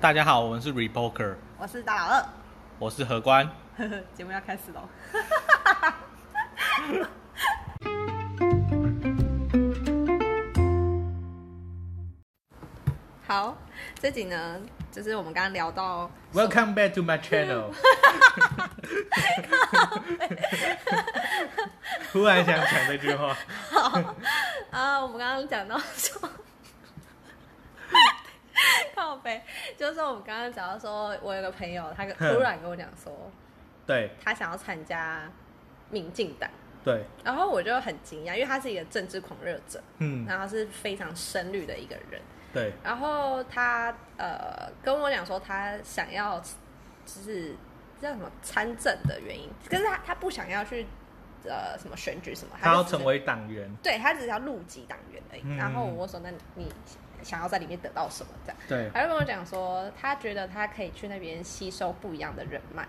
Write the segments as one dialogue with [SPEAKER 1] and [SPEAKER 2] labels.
[SPEAKER 1] 大家好，我们是 Repoker，
[SPEAKER 2] 我是大老二
[SPEAKER 1] 我是何官。
[SPEAKER 2] 呵呵， 节目要开始喽。好，这集呢，就是我们刚刚聊到
[SPEAKER 1] Welcome back to my channel 。忽然想讲这句话，
[SPEAKER 2] 啊，我们刚刚讲到说， 靠背，就是说我们刚刚讲到说，我有个朋友，他跟
[SPEAKER 1] 哼
[SPEAKER 2] 突然跟我讲说，
[SPEAKER 1] 对
[SPEAKER 2] 他想要参加民进党，
[SPEAKER 1] 对，
[SPEAKER 2] 然后我就很惊讶，因为他是一个政治狂热者，
[SPEAKER 1] 嗯
[SPEAKER 2] 然后他是非常深绿的一个人。
[SPEAKER 1] 对，
[SPEAKER 2] 然后他呃跟我讲说，他想要就是叫什么参政的原因，可是他他不想要去呃什么选举什么，
[SPEAKER 1] 他要
[SPEAKER 2] 就只是
[SPEAKER 1] 成为党员，
[SPEAKER 2] 对他只是要入籍党员而已。
[SPEAKER 1] 嗯
[SPEAKER 2] 然后我说，那你想要在里面得到什么？这样，
[SPEAKER 1] 对
[SPEAKER 2] 他就跟我讲说，他觉得他可以去那边吸收不一样的人脉，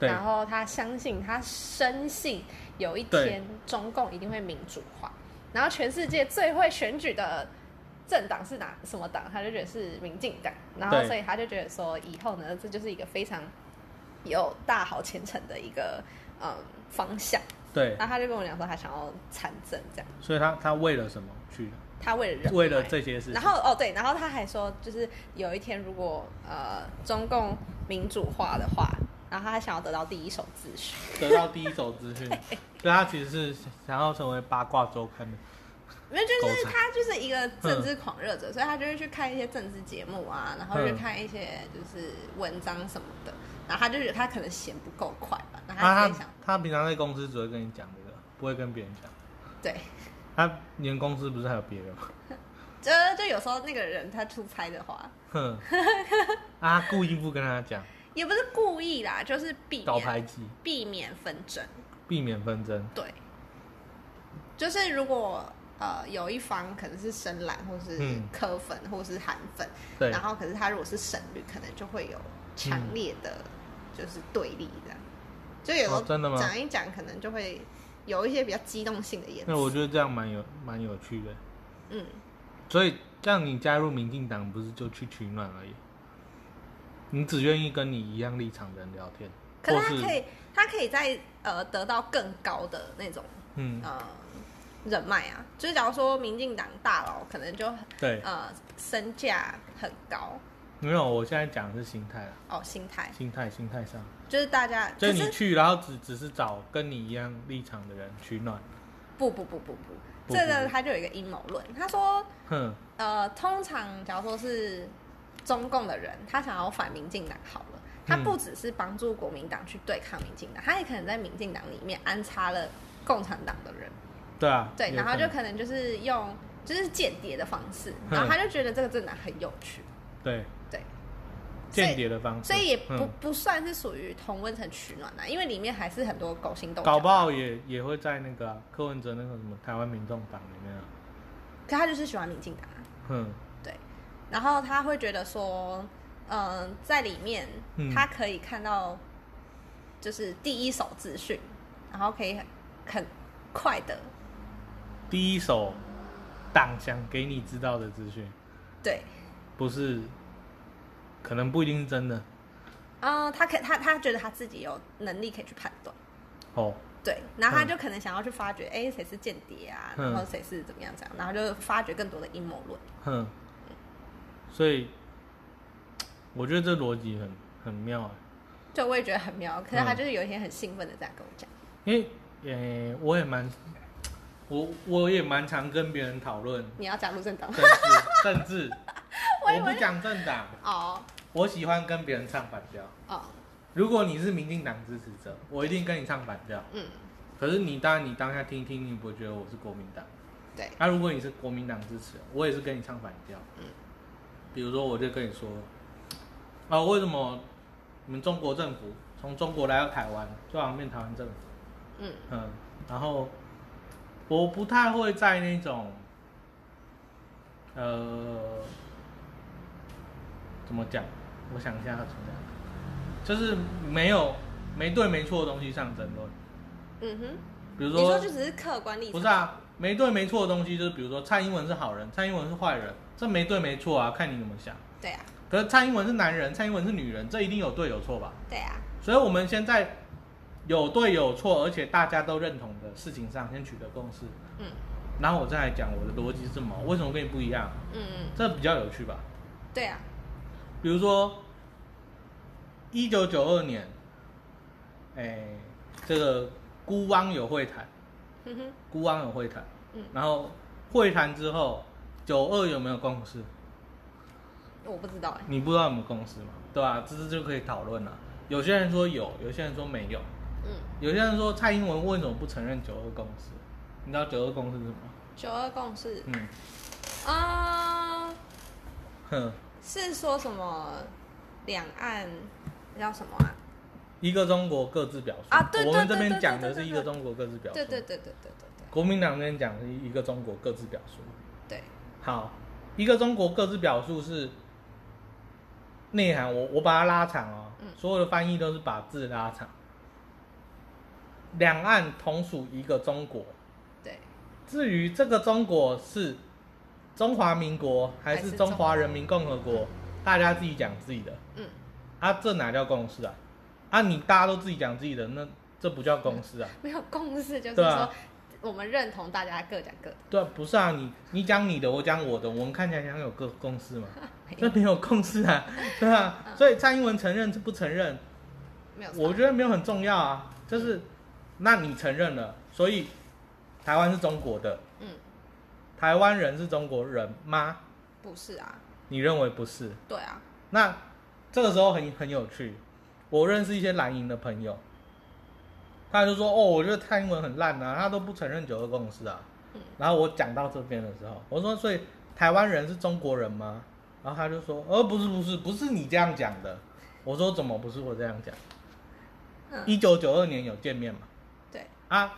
[SPEAKER 1] 对
[SPEAKER 2] 然后他相信，他深信有一天中共一定会民主化，然后全世界最会选举的政党是哪什么党？他就觉得是民进党，然后
[SPEAKER 1] 对
[SPEAKER 2] 所以他就觉得说，以后呢，这就是一个非常有大好前程的一个嗯方向。
[SPEAKER 1] 对，
[SPEAKER 2] 然后他就跟我讲说，他想要参政这样，
[SPEAKER 1] 所以他他为了什么去的？
[SPEAKER 2] 他为了人
[SPEAKER 1] 为了
[SPEAKER 2] 脉
[SPEAKER 1] 这些事
[SPEAKER 2] 然
[SPEAKER 1] 情，
[SPEAKER 2] 后哦对，然后他还说，就是有一天如果呃中共民主化的话，然后他想要得到第一手资讯。
[SPEAKER 1] 得到第一手资讯，所以他其实是想要成为八卦周刊的，
[SPEAKER 2] 没有，就是
[SPEAKER 1] 狗仔
[SPEAKER 2] 他就是一个政治狂热者，所以他就会去看一些政治节目啊，然后
[SPEAKER 1] 嗯
[SPEAKER 2] 去看一些就是文章什么的，然后他就觉得他可能嫌不够快吧，然后啊他
[SPEAKER 1] 他
[SPEAKER 2] 就会
[SPEAKER 1] 他
[SPEAKER 2] 想，
[SPEAKER 1] 啊他平常在公司只会跟你讲这个，不会跟别人讲。
[SPEAKER 2] 对，
[SPEAKER 1] 他你们公司不是还有别人吗？
[SPEAKER 2] 就就有时候那个人他出差的话，
[SPEAKER 1] 哼，啊，故意不跟他讲，
[SPEAKER 2] 也不是故意啦，就是避
[SPEAKER 1] 搞
[SPEAKER 2] 免
[SPEAKER 1] 排挤，
[SPEAKER 2] 避免纷争，
[SPEAKER 1] 避免纷争。
[SPEAKER 2] 对，就是如果。呃，有一方可能是深蓝，或是
[SPEAKER 1] 嗯
[SPEAKER 2] 科粉，或是韩粉，
[SPEAKER 1] 对
[SPEAKER 2] 然后可是他如果是神绿，可能就会有强烈的，就是对立这样。就有时候
[SPEAKER 1] 嗯哦真的吗
[SPEAKER 2] 讲一讲，可能就会有一些比较激动性的言
[SPEAKER 1] 那我
[SPEAKER 2] 辞。
[SPEAKER 1] 觉得这样蛮有蛮有趣的。
[SPEAKER 2] 嗯，
[SPEAKER 1] 所以让你加入民进党，不是就去取暖而已？你只愿意跟你一样立场的人聊天，
[SPEAKER 2] 可是
[SPEAKER 1] 或
[SPEAKER 2] 他可
[SPEAKER 1] 是
[SPEAKER 2] 以，他可以在呃得到更高的那种
[SPEAKER 1] 嗯，
[SPEAKER 2] 呃人脉啊。就是假如说民进党大佬可能就
[SPEAKER 1] 对，
[SPEAKER 2] 呃身价很高
[SPEAKER 1] 没有，我现在讲的是心态啦，啊
[SPEAKER 2] 哦，心态
[SPEAKER 1] 心态，心态上，
[SPEAKER 2] 就是大家
[SPEAKER 1] 就
[SPEAKER 2] 就是
[SPEAKER 1] 你
[SPEAKER 2] 是
[SPEAKER 1] 去，然后只只是找跟你一样立场的人取暖，
[SPEAKER 2] 不不不不
[SPEAKER 1] 不
[SPEAKER 2] 不，这个他就有一个阴谋论，他说
[SPEAKER 1] 哼，
[SPEAKER 2] 呃，通常假如说是中共的人，他想要反民进党好了，他
[SPEAKER 1] 嗯
[SPEAKER 2] 不只是帮助国民党去对抗民进党，他也可能在民进党里面安插了共产党的人，
[SPEAKER 1] 对啊，
[SPEAKER 2] 对，
[SPEAKER 1] 有
[SPEAKER 2] 然后
[SPEAKER 1] 可
[SPEAKER 2] 就
[SPEAKER 1] 能
[SPEAKER 2] 可能就是用就是间谍的方式，
[SPEAKER 1] 嗯
[SPEAKER 2] 然后他就觉得这个政党很有趣，
[SPEAKER 1] 对
[SPEAKER 2] 对，所以
[SPEAKER 1] 间谍的方式，
[SPEAKER 2] 所以也不
[SPEAKER 1] 嗯
[SPEAKER 2] 不算是属于同温层取暖啦、啊因为里面还是很多狗心斗角啊
[SPEAKER 1] 搞不好也也会在那个啊、柯文哲那个什么台湾民众党里面啊，
[SPEAKER 2] 可他就是喜欢民进党、啊，
[SPEAKER 1] 哼，
[SPEAKER 2] 对，然后他会觉得说，嗯、在里面
[SPEAKER 1] 嗯
[SPEAKER 2] 他可以看到就是第一手资讯，然后可以很很快的，
[SPEAKER 1] 第一手党想给你知道的资讯，
[SPEAKER 2] 对，
[SPEAKER 1] 不是，可能不一定是真的
[SPEAKER 2] 嗯、他可他他觉得他自己有能力可以去判断，
[SPEAKER 1] 哦，
[SPEAKER 2] 对，然后他
[SPEAKER 1] 嗯
[SPEAKER 2] 就可能想要去发掘，哎、谁是间谍啊，
[SPEAKER 1] 嗯
[SPEAKER 2] 然后谁是怎么样怎样，然后就发掘更多的阴谋论，
[SPEAKER 1] 哼，所以我觉得这逻辑很很妙啊，
[SPEAKER 2] 就我也觉得很妙，可是他
[SPEAKER 1] 嗯
[SPEAKER 2] 就是有一天很兴奋的这样跟我讲，
[SPEAKER 1] 因为呃、我也蛮，我我也蛮常跟别人讨 论
[SPEAKER 2] 你要加入政党吗，
[SPEAKER 1] 政治政治，
[SPEAKER 2] 我以
[SPEAKER 1] 我
[SPEAKER 2] 为
[SPEAKER 1] 不讲政党，
[SPEAKER 2] 哦
[SPEAKER 1] 我喜欢跟别人唱反调。
[SPEAKER 2] 哦，
[SPEAKER 1] 如果你是民进党支持者，我一定跟你唱反调。
[SPEAKER 2] 嗯，
[SPEAKER 1] 可是你当然你当下听一听，你不会觉得我是国民党。
[SPEAKER 2] 对，
[SPEAKER 1] 那、如果你是国民党支持人，我也是跟你唱反调。
[SPEAKER 2] 嗯
[SPEAKER 1] 比如说我就跟你说，啊、为什么你们中国政府从中国来到台湾，就好像变台湾政府？
[SPEAKER 2] 嗯
[SPEAKER 1] 嗯，然后我不太会在那种，呃，怎么讲？我想一下要怎么讲，就是没有没对没错的东西上争论。
[SPEAKER 2] 嗯哼。
[SPEAKER 1] 比如
[SPEAKER 2] 你说就只是客观立场，
[SPEAKER 1] 不是啊，没对没错的东西，就是比如说蔡英文是好人，蔡英文是坏人，这没对没错啊，看你怎么想。
[SPEAKER 2] 对啊，
[SPEAKER 1] 可是蔡英文是男人，蔡英文是女人，这一定有对有错吧？
[SPEAKER 2] 对啊，
[SPEAKER 1] 所以我们现在有对有错，而且大家都认同的事情上先取得共识，
[SPEAKER 2] 嗯
[SPEAKER 1] 然后我再来讲我的逻辑是什么，为什么跟你不一样，
[SPEAKER 2] 嗯嗯，
[SPEAKER 1] 这比较有趣吧？
[SPEAKER 2] 对啊，
[SPEAKER 1] 比如说，一九九二年，哎，这个孤汪有会谈，嗯
[SPEAKER 2] 哼哼，
[SPEAKER 1] 孤汪有会谈，
[SPEAKER 2] 嗯
[SPEAKER 1] 然后会谈之后，九二有没有共识？
[SPEAKER 2] 我不知道哎、
[SPEAKER 1] 你不知道有没有共识嘛？对吧、这是就可以讨论了。有些人说有，有些人说没有，
[SPEAKER 2] 嗯，
[SPEAKER 1] 有些人说蔡英文为什么不承认九二共识？你知道九二共识是什么？
[SPEAKER 2] 九二共识
[SPEAKER 1] 嗯，
[SPEAKER 2] 啊、
[SPEAKER 1] 哼，
[SPEAKER 2] 是说什么两岸叫什么啊？
[SPEAKER 1] 一个中国各自表述
[SPEAKER 2] 啊对对
[SPEAKER 1] 我们
[SPEAKER 2] 对
[SPEAKER 1] 这
[SPEAKER 2] 对
[SPEAKER 1] 边
[SPEAKER 2] 对
[SPEAKER 1] 讲
[SPEAKER 2] 对
[SPEAKER 1] 的
[SPEAKER 2] 对
[SPEAKER 1] 是一
[SPEAKER 2] 对
[SPEAKER 1] 个中国各自表述，
[SPEAKER 2] 对对对对对对对
[SPEAKER 1] 国民党这边讲的是一个中国各自表述。
[SPEAKER 2] 对，
[SPEAKER 1] 好，一个中国各自表述是内涵，我我把它拉长哦，
[SPEAKER 2] 嗯
[SPEAKER 1] 所有的翻译都是把字拉长。两岸同属一个中国，
[SPEAKER 2] 对，
[SPEAKER 1] 至于这个中国是中华民国还
[SPEAKER 2] 还
[SPEAKER 1] 是
[SPEAKER 2] 是
[SPEAKER 1] 中华人民共和国，大家自己讲自己的。
[SPEAKER 2] 嗯，
[SPEAKER 1] 啊，这哪叫共识啊？啊，你大家都自己讲自己的，那这不叫共识啊？
[SPEAKER 2] 没有共识就是
[SPEAKER 1] 对
[SPEAKER 2] 说、
[SPEAKER 1] 啊
[SPEAKER 2] 我们认同大家各讲各的，
[SPEAKER 1] 对啊，不是啊，你你讲你的，我讲我的，我们看起来像有个共识嘛？
[SPEAKER 2] 没
[SPEAKER 1] 这
[SPEAKER 2] 有嗯
[SPEAKER 1] 没有共识啊，对 啊，所以蔡英文承认是不承认，
[SPEAKER 2] 没有差，嗯
[SPEAKER 1] 我觉得没有很重要啊，就是那你承认了，所以台湾是中国的，
[SPEAKER 2] 嗯
[SPEAKER 1] 台湾人是中国人吗？
[SPEAKER 2] 不是啊，
[SPEAKER 1] 你认为不是？
[SPEAKER 2] 对啊，
[SPEAKER 1] 那这个时候很很有趣，我认识一些蓝营的朋友，他就说哦，我觉得蔡英文很烂啊，他都不承认九二共识啊。
[SPEAKER 2] 嗯
[SPEAKER 1] 然后我讲到这边的时候，我说所以台湾人是中国人吗？然后他就说，呃，不是不是不是你这样讲的。我说怎么不是我这样讲？
[SPEAKER 2] 嗯
[SPEAKER 1] 一九九二年有见面嘛？
[SPEAKER 2] 对，
[SPEAKER 1] 啊，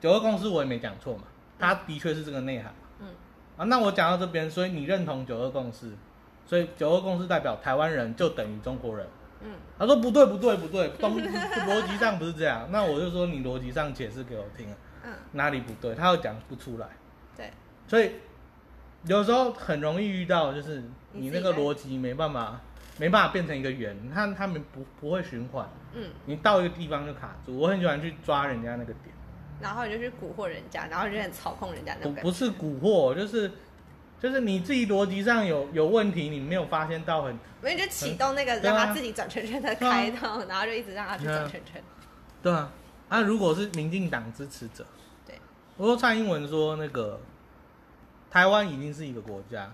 [SPEAKER 1] 九二共识我也没讲错嘛，他的确是这个内涵。
[SPEAKER 2] 嗯
[SPEAKER 1] 啊，那我讲到这边，所以你认同九二共识，所以九二共识代表台湾人就等于中国人。
[SPEAKER 2] 嗯
[SPEAKER 1] 他说不对不对不对，东 逻辑上不是这样。那我就说你逻辑上解释给我听啊，
[SPEAKER 2] 嗯，
[SPEAKER 1] 哪里不对？他又讲不出来，
[SPEAKER 2] 对，
[SPEAKER 1] 所以有时候很容易遇到，就是你
[SPEAKER 2] 你自己
[SPEAKER 1] 那个
[SPEAKER 2] 来
[SPEAKER 1] 逻辑没办法，没办法变成一个圆，它它们不不会循环，
[SPEAKER 2] 嗯，
[SPEAKER 1] 你到一个地方就卡住。我很喜欢去抓人家那个点，
[SPEAKER 2] 然后你就去蛊惑人家，然后你就很操控人家那
[SPEAKER 1] 不
[SPEAKER 2] 种感觉，
[SPEAKER 1] 不是蛊惑，就是就是你自己逻辑上有有问题，你没有发现到很
[SPEAKER 2] 没有你就启动那个
[SPEAKER 1] 对啊啊
[SPEAKER 2] 让他自己转圈圈的开道，然后就一直让他去转圈圈，
[SPEAKER 1] 对啊，啊，如果是民进党支持者，
[SPEAKER 2] 对，
[SPEAKER 1] 我说蔡英文说那个台湾已经是一个国家，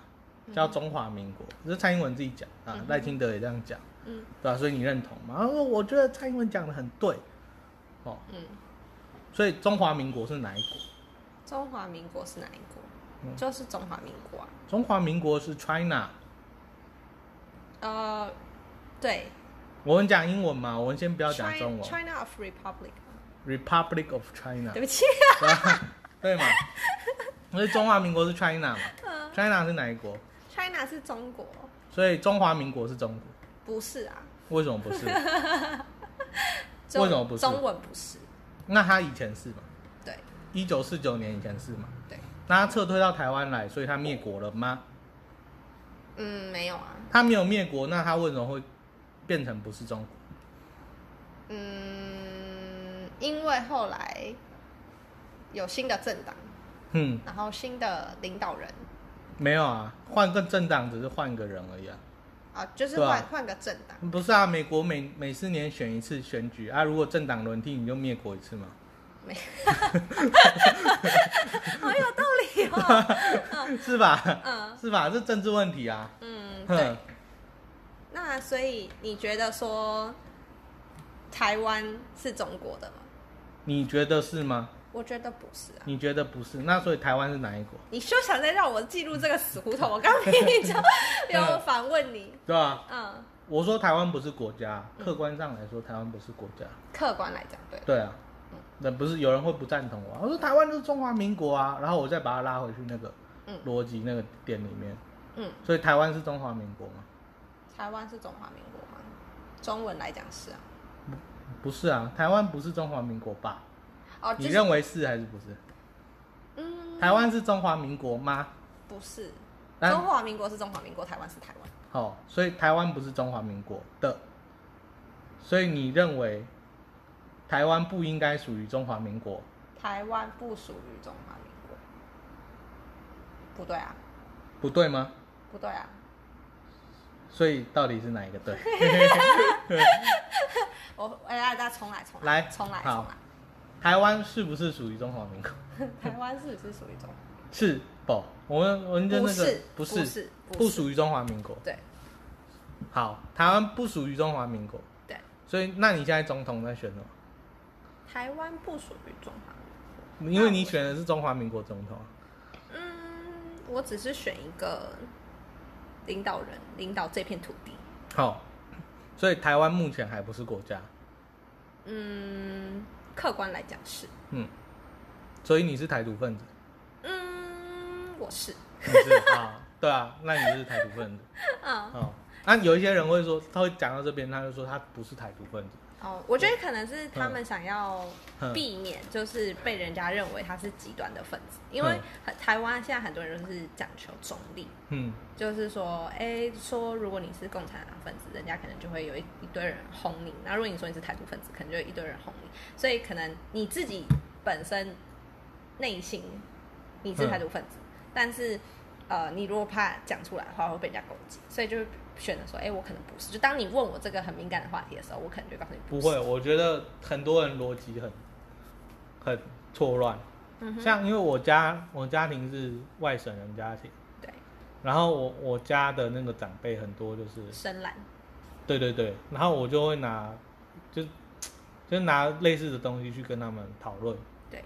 [SPEAKER 1] 叫中华民国，这是蔡英文自己讲啊
[SPEAKER 2] 嗯，哼
[SPEAKER 1] 赖、清德也这样讲，
[SPEAKER 2] 嗯
[SPEAKER 1] 对啊，所以你认同吗？然后我觉得蔡英文讲的很对，哦，
[SPEAKER 2] 嗯，
[SPEAKER 1] 所以中华民国是哪一国？
[SPEAKER 2] 中华民国是哪一国？
[SPEAKER 1] 嗯
[SPEAKER 2] 就是中华民国啊，
[SPEAKER 1] 中华民国是 China。
[SPEAKER 2] 呃，对，
[SPEAKER 1] 我们讲英文嘛，我们先不要讲
[SPEAKER 2] China
[SPEAKER 1] 中文。啊
[SPEAKER 2] China of Republic，
[SPEAKER 1] Republic of China，
[SPEAKER 2] 对不起，
[SPEAKER 1] 对吧 对嘛？所以中华民国是 China 嘛
[SPEAKER 2] 嗯
[SPEAKER 1] ，China 是哪一国？
[SPEAKER 2] ，China 是中国，
[SPEAKER 1] 所以中华民国是中国。
[SPEAKER 2] 不是啊，
[SPEAKER 1] 为什么不 是？
[SPEAKER 2] 中
[SPEAKER 1] 为什么不是
[SPEAKER 2] 中文不是，
[SPEAKER 1] 那他以前是嘛？
[SPEAKER 2] 对
[SPEAKER 1] 一九四九年以前是嘛？
[SPEAKER 2] 对，
[SPEAKER 1] 那他撤退到台湾来，所以他灭国了吗？
[SPEAKER 2] 嗯，没有啊，
[SPEAKER 1] 他没有灭国，那他为什么会变成不是中国？
[SPEAKER 2] 嗯，因为后来有新的政党，
[SPEAKER 1] 嗯，
[SPEAKER 2] 然后新的领导人
[SPEAKER 1] 没有啊，换个政党只是换个人而已啊。
[SPEAKER 2] 啊，就是
[SPEAKER 1] 对啊
[SPEAKER 2] 换换、个政党，
[SPEAKER 1] 不是啊，美国每每四年选一次选举啊，如果政党轮替，你就灭国一次嘛。
[SPEAKER 2] 好有道理哦。
[SPEAKER 1] 是吧？
[SPEAKER 2] 嗯
[SPEAKER 1] 是吧？这政治问题啊。
[SPEAKER 2] 嗯，对
[SPEAKER 1] 哼。，
[SPEAKER 2] 那所以你觉得说台湾是中国的吗？
[SPEAKER 1] 你觉得是吗？
[SPEAKER 2] 我觉得不是啊。
[SPEAKER 1] 你觉得不是？那所以台湾是哪一国？
[SPEAKER 2] 你休想再让我记录这个死胡同！我刚明明就有反 问你，
[SPEAKER 1] 对吧、
[SPEAKER 2] 嗯，
[SPEAKER 1] 我说台湾不是国家，客观上来说，台湾不是国家。
[SPEAKER 2] 客观来讲，对，
[SPEAKER 1] 对啊，那不是有人会不赞同我啊、我说台湾就是中华民国啊，然后我再把它拉回去那个
[SPEAKER 2] 嗯
[SPEAKER 1] 逻辑那个点里面，
[SPEAKER 2] 嗯，
[SPEAKER 1] 所以台湾是中华民国吗？
[SPEAKER 2] 台湾是中华民国吗？中文来讲是啊。
[SPEAKER 1] 不是啊，台湾不是中华民国吧？
[SPEAKER 2] 哦，就
[SPEAKER 1] 你
[SPEAKER 2] 是
[SPEAKER 1] 认为是还是不是？
[SPEAKER 2] 嗯，
[SPEAKER 1] 台湾是中华民国吗？
[SPEAKER 2] 不是，
[SPEAKER 1] 但
[SPEAKER 2] 中华民国是中华民国，台湾是台湾。
[SPEAKER 1] 啊、好、所以台湾不是中华民国的，所以你认为台湾不应该属于中华民国？
[SPEAKER 2] 台湾不属于中华民国，不对啊，
[SPEAKER 1] 不对吗？
[SPEAKER 2] 不对啊，
[SPEAKER 1] 所以到底是哪一个 对？
[SPEAKER 2] 我哎呀，再重来，重
[SPEAKER 1] 来
[SPEAKER 2] 重来，
[SPEAKER 1] 好
[SPEAKER 2] 重来。
[SPEAKER 1] 台湾是不是属于中华民国？
[SPEAKER 2] 台湾是不是属于中华？
[SPEAKER 1] 是不？我们我们的
[SPEAKER 2] 不
[SPEAKER 1] 那个
[SPEAKER 2] 是，
[SPEAKER 1] 不
[SPEAKER 2] 是，
[SPEAKER 1] 是，
[SPEAKER 2] 是，
[SPEAKER 1] 不属于中华民国。
[SPEAKER 2] 对
[SPEAKER 1] 好，台湾不属于中华民国，
[SPEAKER 2] 对，
[SPEAKER 1] 所以那你现在总统在选什么？
[SPEAKER 2] 台湾不属于中华民国。
[SPEAKER 1] 因为你选的是中华民国总统啊，
[SPEAKER 2] 嗯，我只是选一个领导人，领导这片土地。
[SPEAKER 1] 好，所以台湾目前还不是国家，
[SPEAKER 2] 嗯，客观来讲是，
[SPEAKER 1] 嗯，所以你是台独分子，
[SPEAKER 2] 嗯，我是，
[SPEAKER 1] 你是 啊，对啊，那你就是台独分子，
[SPEAKER 2] 嗯，
[SPEAKER 1] 哦，那有一些人会说，他会讲到这边，他就说他不是台独分子，
[SPEAKER 2] 哦，我觉得可能是他们想要
[SPEAKER 1] 嗯
[SPEAKER 2] 避免，就是被人家认为他是极端的分子，因为很台湾现在很多人都是讲求中立，
[SPEAKER 1] 嗯，
[SPEAKER 2] 就是说，哎，说如果你是共产党分子，人家可能就会有一一堆人轰你；那如果你说你是台独分子，可能就有一堆人轰你。所以可能你自己本身内心你是台独分子，但是呃，你如果怕讲出来的话会被人家攻击，所以就选择说，哎，我可能不是。就当你问我这个很敏感的话题的时候，我可能就告诉你
[SPEAKER 1] 不
[SPEAKER 2] 是。
[SPEAKER 1] 会，我觉得很多人逻辑很很错乱，
[SPEAKER 2] 嗯哼，
[SPEAKER 1] 像因为我家我家庭是外省人家庭，
[SPEAKER 2] 对，
[SPEAKER 1] 然后我我家的那个长辈很多就是。
[SPEAKER 2] 深蓝，
[SPEAKER 1] 对对对，然后我就会拿，就就拿类似的东西去跟他们讨论，
[SPEAKER 2] 对，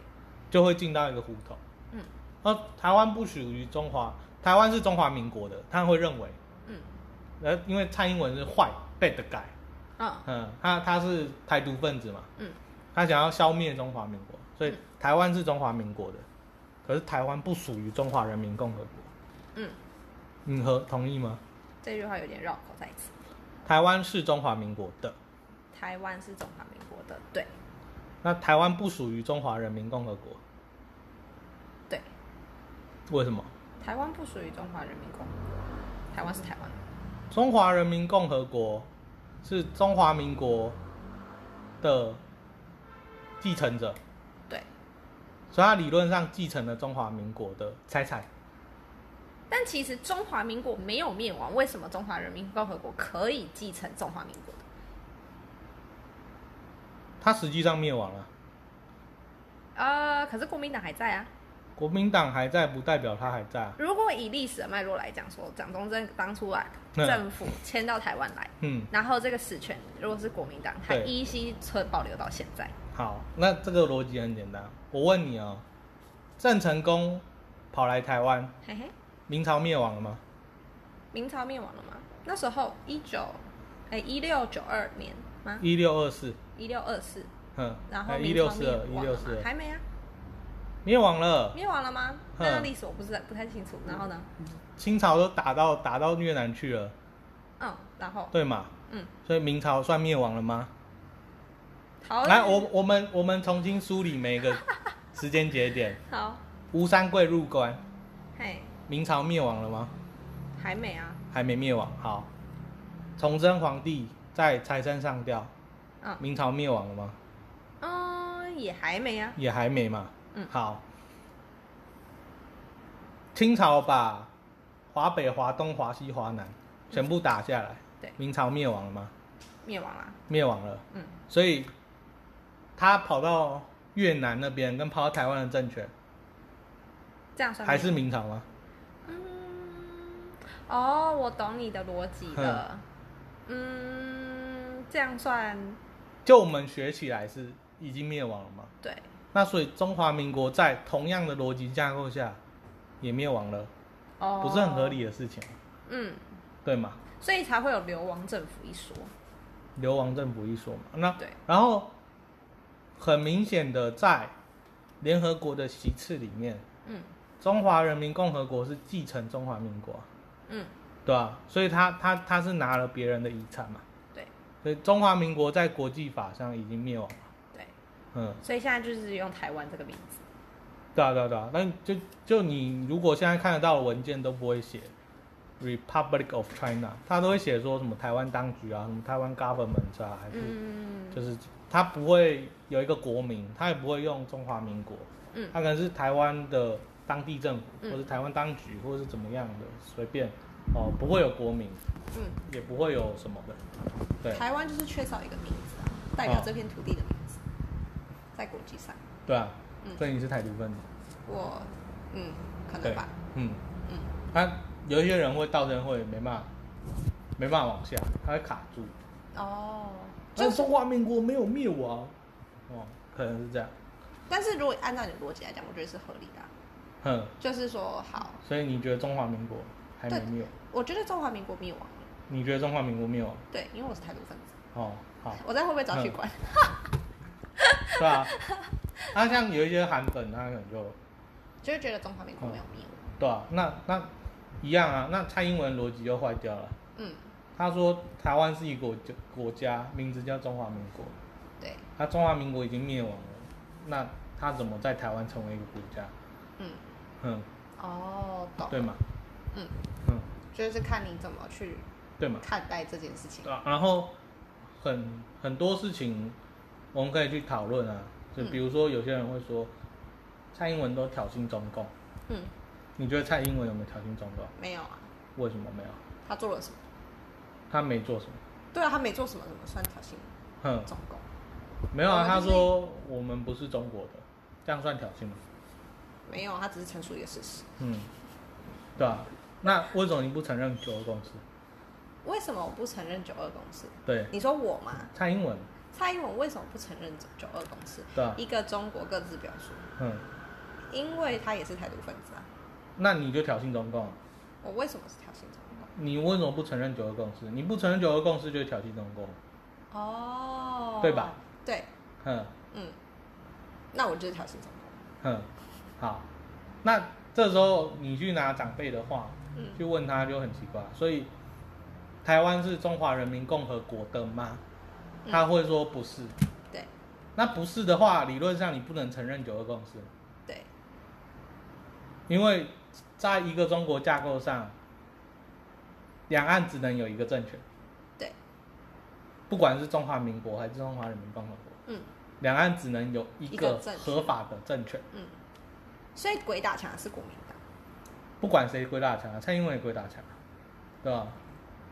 [SPEAKER 1] 就会进到一个胡同。
[SPEAKER 2] 嗯，
[SPEAKER 1] 然后台湾不属于中华，台湾是中华民国的，他们会认为，
[SPEAKER 2] 嗯
[SPEAKER 1] 呃，因为蔡英文是坏 bad guy，
[SPEAKER 2] 嗯
[SPEAKER 1] 嗯，他他是台独分子嘛，
[SPEAKER 2] 嗯，
[SPEAKER 1] 他想要消灭中华民国，所以
[SPEAKER 2] 嗯
[SPEAKER 1] 台湾是中华民国的，可是台湾不属于中华人民共和国。
[SPEAKER 2] 嗯，
[SPEAKER 1] 你和同意吗？
[SPEAKER 2] 这句话有点绕口，再一次，
[SPEAKER 1] 台湾是中华民国的，
[SPEAKER 2] 台湾是中华民国的，对
[SPEAKER 1] 那台湾不属于中华人民共和国。
[SPEAKER 2] 对。
[SPEAKER 1] 为什么？
[SPEAKER 2] 台湾不属于中华人民共和国，台湾是台湾。
[SPEAKER 1] 中华人民共和国是中华民国的继承者，
[SPEAKER 2] 对，
[SPEAKER 1] 所以他理论上继承了中华民国的财产。
[SPEAKER 2] 但其实中华民国没有灭亡，为什么中华人民共和国可以继承中华民国的？
[SPEAKER 1] 他实际上灭亡了，
[SPEAKER 2] 呃，可是国民党还在啊。
[SPEAKER 1] 国民党还在，不代表他还在啊。
[SPEAKER 2] 如果以历史的脉络来讲说，蒋中正当初来
[SPEAKER 1] 嗯
[SPEAKER 2] 政府迁到台湾来，
[SPEAKER 1] 嗯，
[SPEAKER 2] 然后这个实权如果是国民党，它
[SPEAKER 1] 对
[SPEAKER 2] 依稀存保留到现在。
[SPEAKER 1] 好，那这个逻辑很简单。我问你哦，郑成功跑来台湾，
[SPEAKER 2] 嘿嘿，
[SPEAKER 1] 明朝灭亡了吗？
[SPEAKER 2] 明朝灭亡了吗？那时候一九，哎，一六九二年吗？
[SPEAKER 1] 一六二四，
[SPEAKER 2] 一六二四，
[SPEAKER 1] 嗯，
[SPEAKER 2] 然后
[SPEAKER 1] 一
[SPEAKER 2] 明
[SPEAKER 1] 六
[SPEAKER 2] 朝
[SPEAKER 1] 四
[SPEAKER 2] 灭
[SPEAKER 1] 二，
[SPEAKER 2] 亡
[SPEAKER 1] 一六
[SPEAKER 2] 了
[SPEAKER 1] 四
[SPEAKER 2] 吗？
[SPEAKER 1] 二，
[SPEAKER 2] 还没啊。
[SPEAKER 1] 灭亡了。
[SPEAKER 2] 灭亡了吗？那个
[SPEAKER 1] 嗯
[SPEAKER 2] 历史我不是不太清楚。然后呢？
[SPEAKER 1] 清朝都打到打到越南去了，
[SPEAKER 2] 嗯，然后
[SPEAKER 1] 对嘛？
[SPEAKER 2] 嗯，
[SPEAKER 1] 所以明朝算灭亡了吗？
[SPEAKER 2] 好，嗯
[SPEAKER 1] 来，我我们我们重新梳理每一个时间节点。
[SPEAKER 2] 好，
[SPEAKER 1] 吴三桂入关，
[SPEAKER 2] 嘿，
[SPEAKER 1] 明朝灭亡了吗？
[SPEAKER 2] 还没啊，
[SPEAKER 1] 还没灭亡。好，崇祯皇帝在财山上吊，
[SPEAKER 2] 嗯
[SPEAKER 1] 明朝灭亡了吗？
[SPEAKER 2] 嗯，也还没啊，
[SPEAKER 1] 也还没嘛。
[SPEAKER 2] 嗯
[SPEAKER 1] 好。清朝把华北、华东、华西、华南全部打下来，
[SPEAKER 2] 嗯对
[SPEAKER 1] 明朝灭亡了吗？
[SPEAKER 2] 灭亡啦，
[SPEAKER 1] 灭亡了。
[SPEAKER 2] 嗯，
[SPEAKER 1] 所以他跑到越南那边，跟跑到台湾的政权，
[SPEAKER 2] 这样算
[SPEAKER 1] 还是
[SPEAKER 2] 灭
[SPEAKER 1] 明朝吗？
[SPEAKER 2] 嗯，哦，我懂你的逻辑了，嗯，这样算
[SPEAKER 1] 就我们学起来是已经灭亡了嘛？
[SPEAKER 2] 对，
[SPEAKER 1] 那所以中华民国在同样的逻辑架构下也灭亡了，
[SPEAKER 2] 哦，
[SPEAKER 1] 不是很合，理的事情，
[SPEAKER 2] 嗯，
[SPEAKER 1] 对吗？
[SPEAKER 2] 所以才会有流亡政府一说，
[SPEAKER 1] 流亡政府一说嘛，那
[SPEAKER 2] 对，
[SPEAKER 1] 然后很明显的在联合国的席次里面，
[SPEAKER 2] 嗯
[SPEAKER 1] 中华人民共和国是继承中华民国啊、
[SPEAKER 2] 嗯，
[SPEAKER 1] 对啊，所以他他他是拿了别人的遗产嘛，
[SPEAKER 2] 对
[SPEAKER 1] 所以中华民国在国际法上已经灭亡了。
[SPEAKER 2] 对，
[SPEAKER 1] 嗯，
[SPEAKER 2] 所以现在就是用台湾这个名字，
[SPEAKER 1] 对啊，对啊，对啊。那就就你如果现在看得到的文件都不会写 Republic of China，他都会写说什么台湾当局啊，什么台湾 government 啊，还是
[SPEAKER 2] 嗯
[SPEAKER 1] 就是他不会有一个国名，他也不会用中华民国，
[SPEAKER 2] 嗯
[SPEAKER 1] 他可能是台湾的当地政府，
[SPEAKER 2] 嗯
[SPEAKER 1] 或是台湾当局，或是怎么样的，随便哦，不会有国名，
[SPEAKER 2] 嗯，
[SPEAKER 1] 也不会有什么的，对
[SPEAKER 2] 台湾就是缺少一个名字啊，代表这片土地的名字，啊在国际上，
[SPEAKER 1] 对啊，
[SPEAKER 2] 嗯
[SPEAKER 1] 所以你是台独分子，
[SPEAKER 2] 我嗯可能
[SPEAKER 1] 对
[SPEAKER 2] 吧，，
[SPEAKER 1] 嗯，
[SPEAKER 2] 嗯
[SPEAKER 1] 他、有一些人会到真会没办法，没办法往下，他会卡住，
[SPEAKER 2] 哦，
[SPEAKER 1] 但
[SPEAKER 2] 就是
[SPEAKER 1] 中华民国没有灭亡，哦，可能是这样，
[SPEAKER 2] 但是如果按照你的逻辑来讲，我觉得是合理的啊、
[SPEAKER 1] 哼，
[SPEAKER 2] 就是说好，
[SPEAKER 1] 所以你觉得中华民国还没
[SPEAKER 2] 对
[SPEAKER 1] 灭亡？
[SPEAKER 2] 我觉得中华民国灭亡了，
[SPEAKER 1] 你觉得中华民国灭亡？
[SPEAKER 2] 对，因为我是台独分子，
[SPEAKER 1] 哦，好，
[SPEAKER 2] 我在会不会找
[SPEAKER 1] 嗯
[SPEAKER 2] 去管？
[SPEAKER 1] 对啊，那、像有一些韩粉，他可能就
[SPEAKER 2] 就会觉得中华民国没有灭亡，
[SPEAKER 1] 对啊，那那一样啊，那蔡英文逻辑就坏掉了。
[SPEAKER 2] 嗯，
[SPEAKER 1] 他说台湾是一个国家国家，名字叫中华民国，
[SPEAKER 2] 对，
[SPEAKER 1] 那中华民国已经灭亡了，那他怎么在台湾成为一个国家？
[SPEAKER 2] 嗯，
[SPEAKER 1] 嗯，
[SPEAKER 2] 哦，懂，
[SPEAKER 1] 对嘛，
[SPEAKER 2] 嗯，
[SPEAKER 1] 嗯，
[SPEAKER 2] 就是看你怎么去
[SPEAKER 1] 对嘛，
[SPEAKER 2] 看待这件事情，
[SPEAKER 1] 对啊，然后很很多事情我们可以去讨论啊，就比如说有些人会说蔡英文都挑衅中共，
[SPEAKER 2] 嗯，
[SPEAKER 1] 你觉得蔡英文有没有挑衅中共？
[SPEAKER 2] 没有啊，
[SPEAKER 1] 为什么没有？
[SPEAKER 2] 他做了什么？
[SPEAKER 1] 他没做什么。
[SPEAKER 2] 对啊，他没做什么，怎么算挑衅
[SPEAKER 1] 哼，
[SPEAKER 2] 中共？
[SPEAKER 1] 没有啊，
[SPEAKER 2] 我们
[SPEAKER 1] 他
[SPEAKER 2] 哦就是
[SPEAKER 1] 说我们不是中国的，这样算挑衅吗？
[SPEAKER 2] 没有，他只是陈述一个事实。
[SPEAKER 1] 嗯，对啊。那为什么你不承认九二共识？
[SPEAKER 2] 为什么我不承认九二共识？
[SPEAKER 1] 对，
[SPEAKER 2] 你说我吗？
[SPEAKER 1] 蔡英文，
[SPEAKER 2] 蔡英文为什么不承认九二共识？
[SPEAKER 1] 对啊，
[SPEAKER 2] 一个中国各自表述，
[SPEAKER 1] 嗯，
[SPEAKER 2] 因为他也是台独分子啊。
[SPEAKER 1] 那你就挑衅中共啊，
[SPEAKER 2] 我为什么是挑衅中共？
[SPEAKER 1] 你为什么不承认九二共识？你不承认九二共识就是挑衅中共，
[SPEAKER 2] 哦，
[SPEAKER 1] 对吧？
[SPEAKER 2] 对，
[SPEAKER 1] 哼
[SPEAKER 2] 嗯，那我就是挑衅中共。
[SPEAKER 1] 哼，好，那这时候你去拿长辈的话
[SPEAKER 2] 嗯
[SPEAKER 1] 去问他就很奇怪，所以台湾是中华人民共和国的吗？
[SPEAKER 2] 嗯
[SPEAKER 1] 他会说不是，
[SPEAKER 2] 对
[SPEAKER 1] 那不是的话，理论上你不能承认九二共识，
[SPEAKER 2] 对，
[SPEAKER 1] 因为在一个中国架构上，两岸只能有一个政权。
[SPEAKER 2] 对，
[SPEAKER 1] 不管是中华民国还是中华人民共和国，
[SPEAKER 2] 嗯
[SPEAKER 1] 两岸只能有一
[SPEAKER 2] 一
[SPEAKER 1] 个
[SPEAKER 2] 个政权
[SPEAKER 1] 合法的政权，
[SPEAKER 2] 嗯，所以鬼打墙是国民党，
[SPEAKER 1] 不管谁归大强啊，蔡英文也归大强啊，对吧？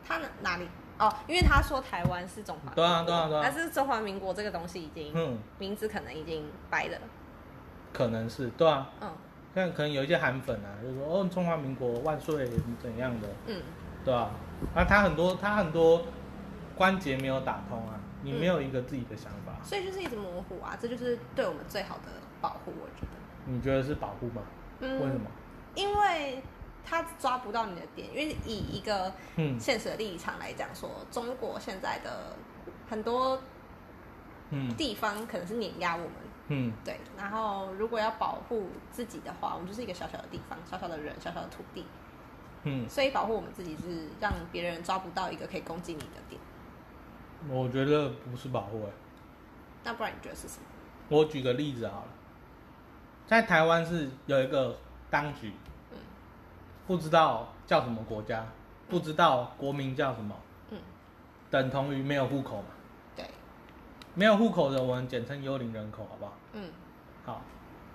[SPEAKER 2] 他哪哪里？哦，因为他说台湾是中华民国，
[SPEAKER 1] 对啊对啊对啊
[SPEAKER 2] 但是中华民国这个东西已经、
[SPEAKER 1] 嗯，
[SPEAKER 2] 名字可能已经掰了，
[SPEAKER 1] 可能是对啊。
[SPEAKER 2] 嗯
[SPEAKER 1] 但可能有一些韩粉啊，就说哦，中华民国万岁怎样的，
[SPEAKER 2] 嗯
[SPEAKER 1] 对吧？啊，他很多他很多关节没有打通啊，你没有一个自己的想法，
[SPEAKER 2] 所以就是一直模糊啊，这就是对我们最好的保护，我觉得。
[SPEAKER 1] 你觉得是保护吗？
[SPEAKER 2] 嗯，
[SPEAKER 1] 为什么？？
[SPEAKER 2] 因为他抓不到你的点，因为以一个
[SPEAKER 1] 嗯
[SPEAKER 2] 现实的立场来讲说，中国现在的很多
[SPEAKER 1] 嗯
[SPEAKER 2] 地方可能是碾压我们，
[SPEAKER 1] 嗯
[SPEAKER 2] 对。然后如果要保护自己的话，我们就是一个小小的地方、小小的人、小小的土地，
[SPEAKER 1] 嗯，
[SPEAKER 2] 所以保护我们自己就是让别人抓不到一个可以攻击你的点。
[SPEAKER 1] 我觉得不是保护、欸。
[SPEAKER 2] 那不然你觉得是什么？
[SPEAKER 1] 我举个例子好了，在台湾是有一个当局，
[SPEAKER 2] 嗯
[SPEAKER 1] 不知道叫什么国家，不知道国民叫什么，
[SPEAKER 2] 嗯，
[SPEAKER 1] 等同于没有户口嘛。
[SPEAKER 2] 对，
[SPEAKER 1] 没有户口的我们简称幽灵人口，好不好？
[SPEAKER 2] 嗯
[SPEAKER 1] 好，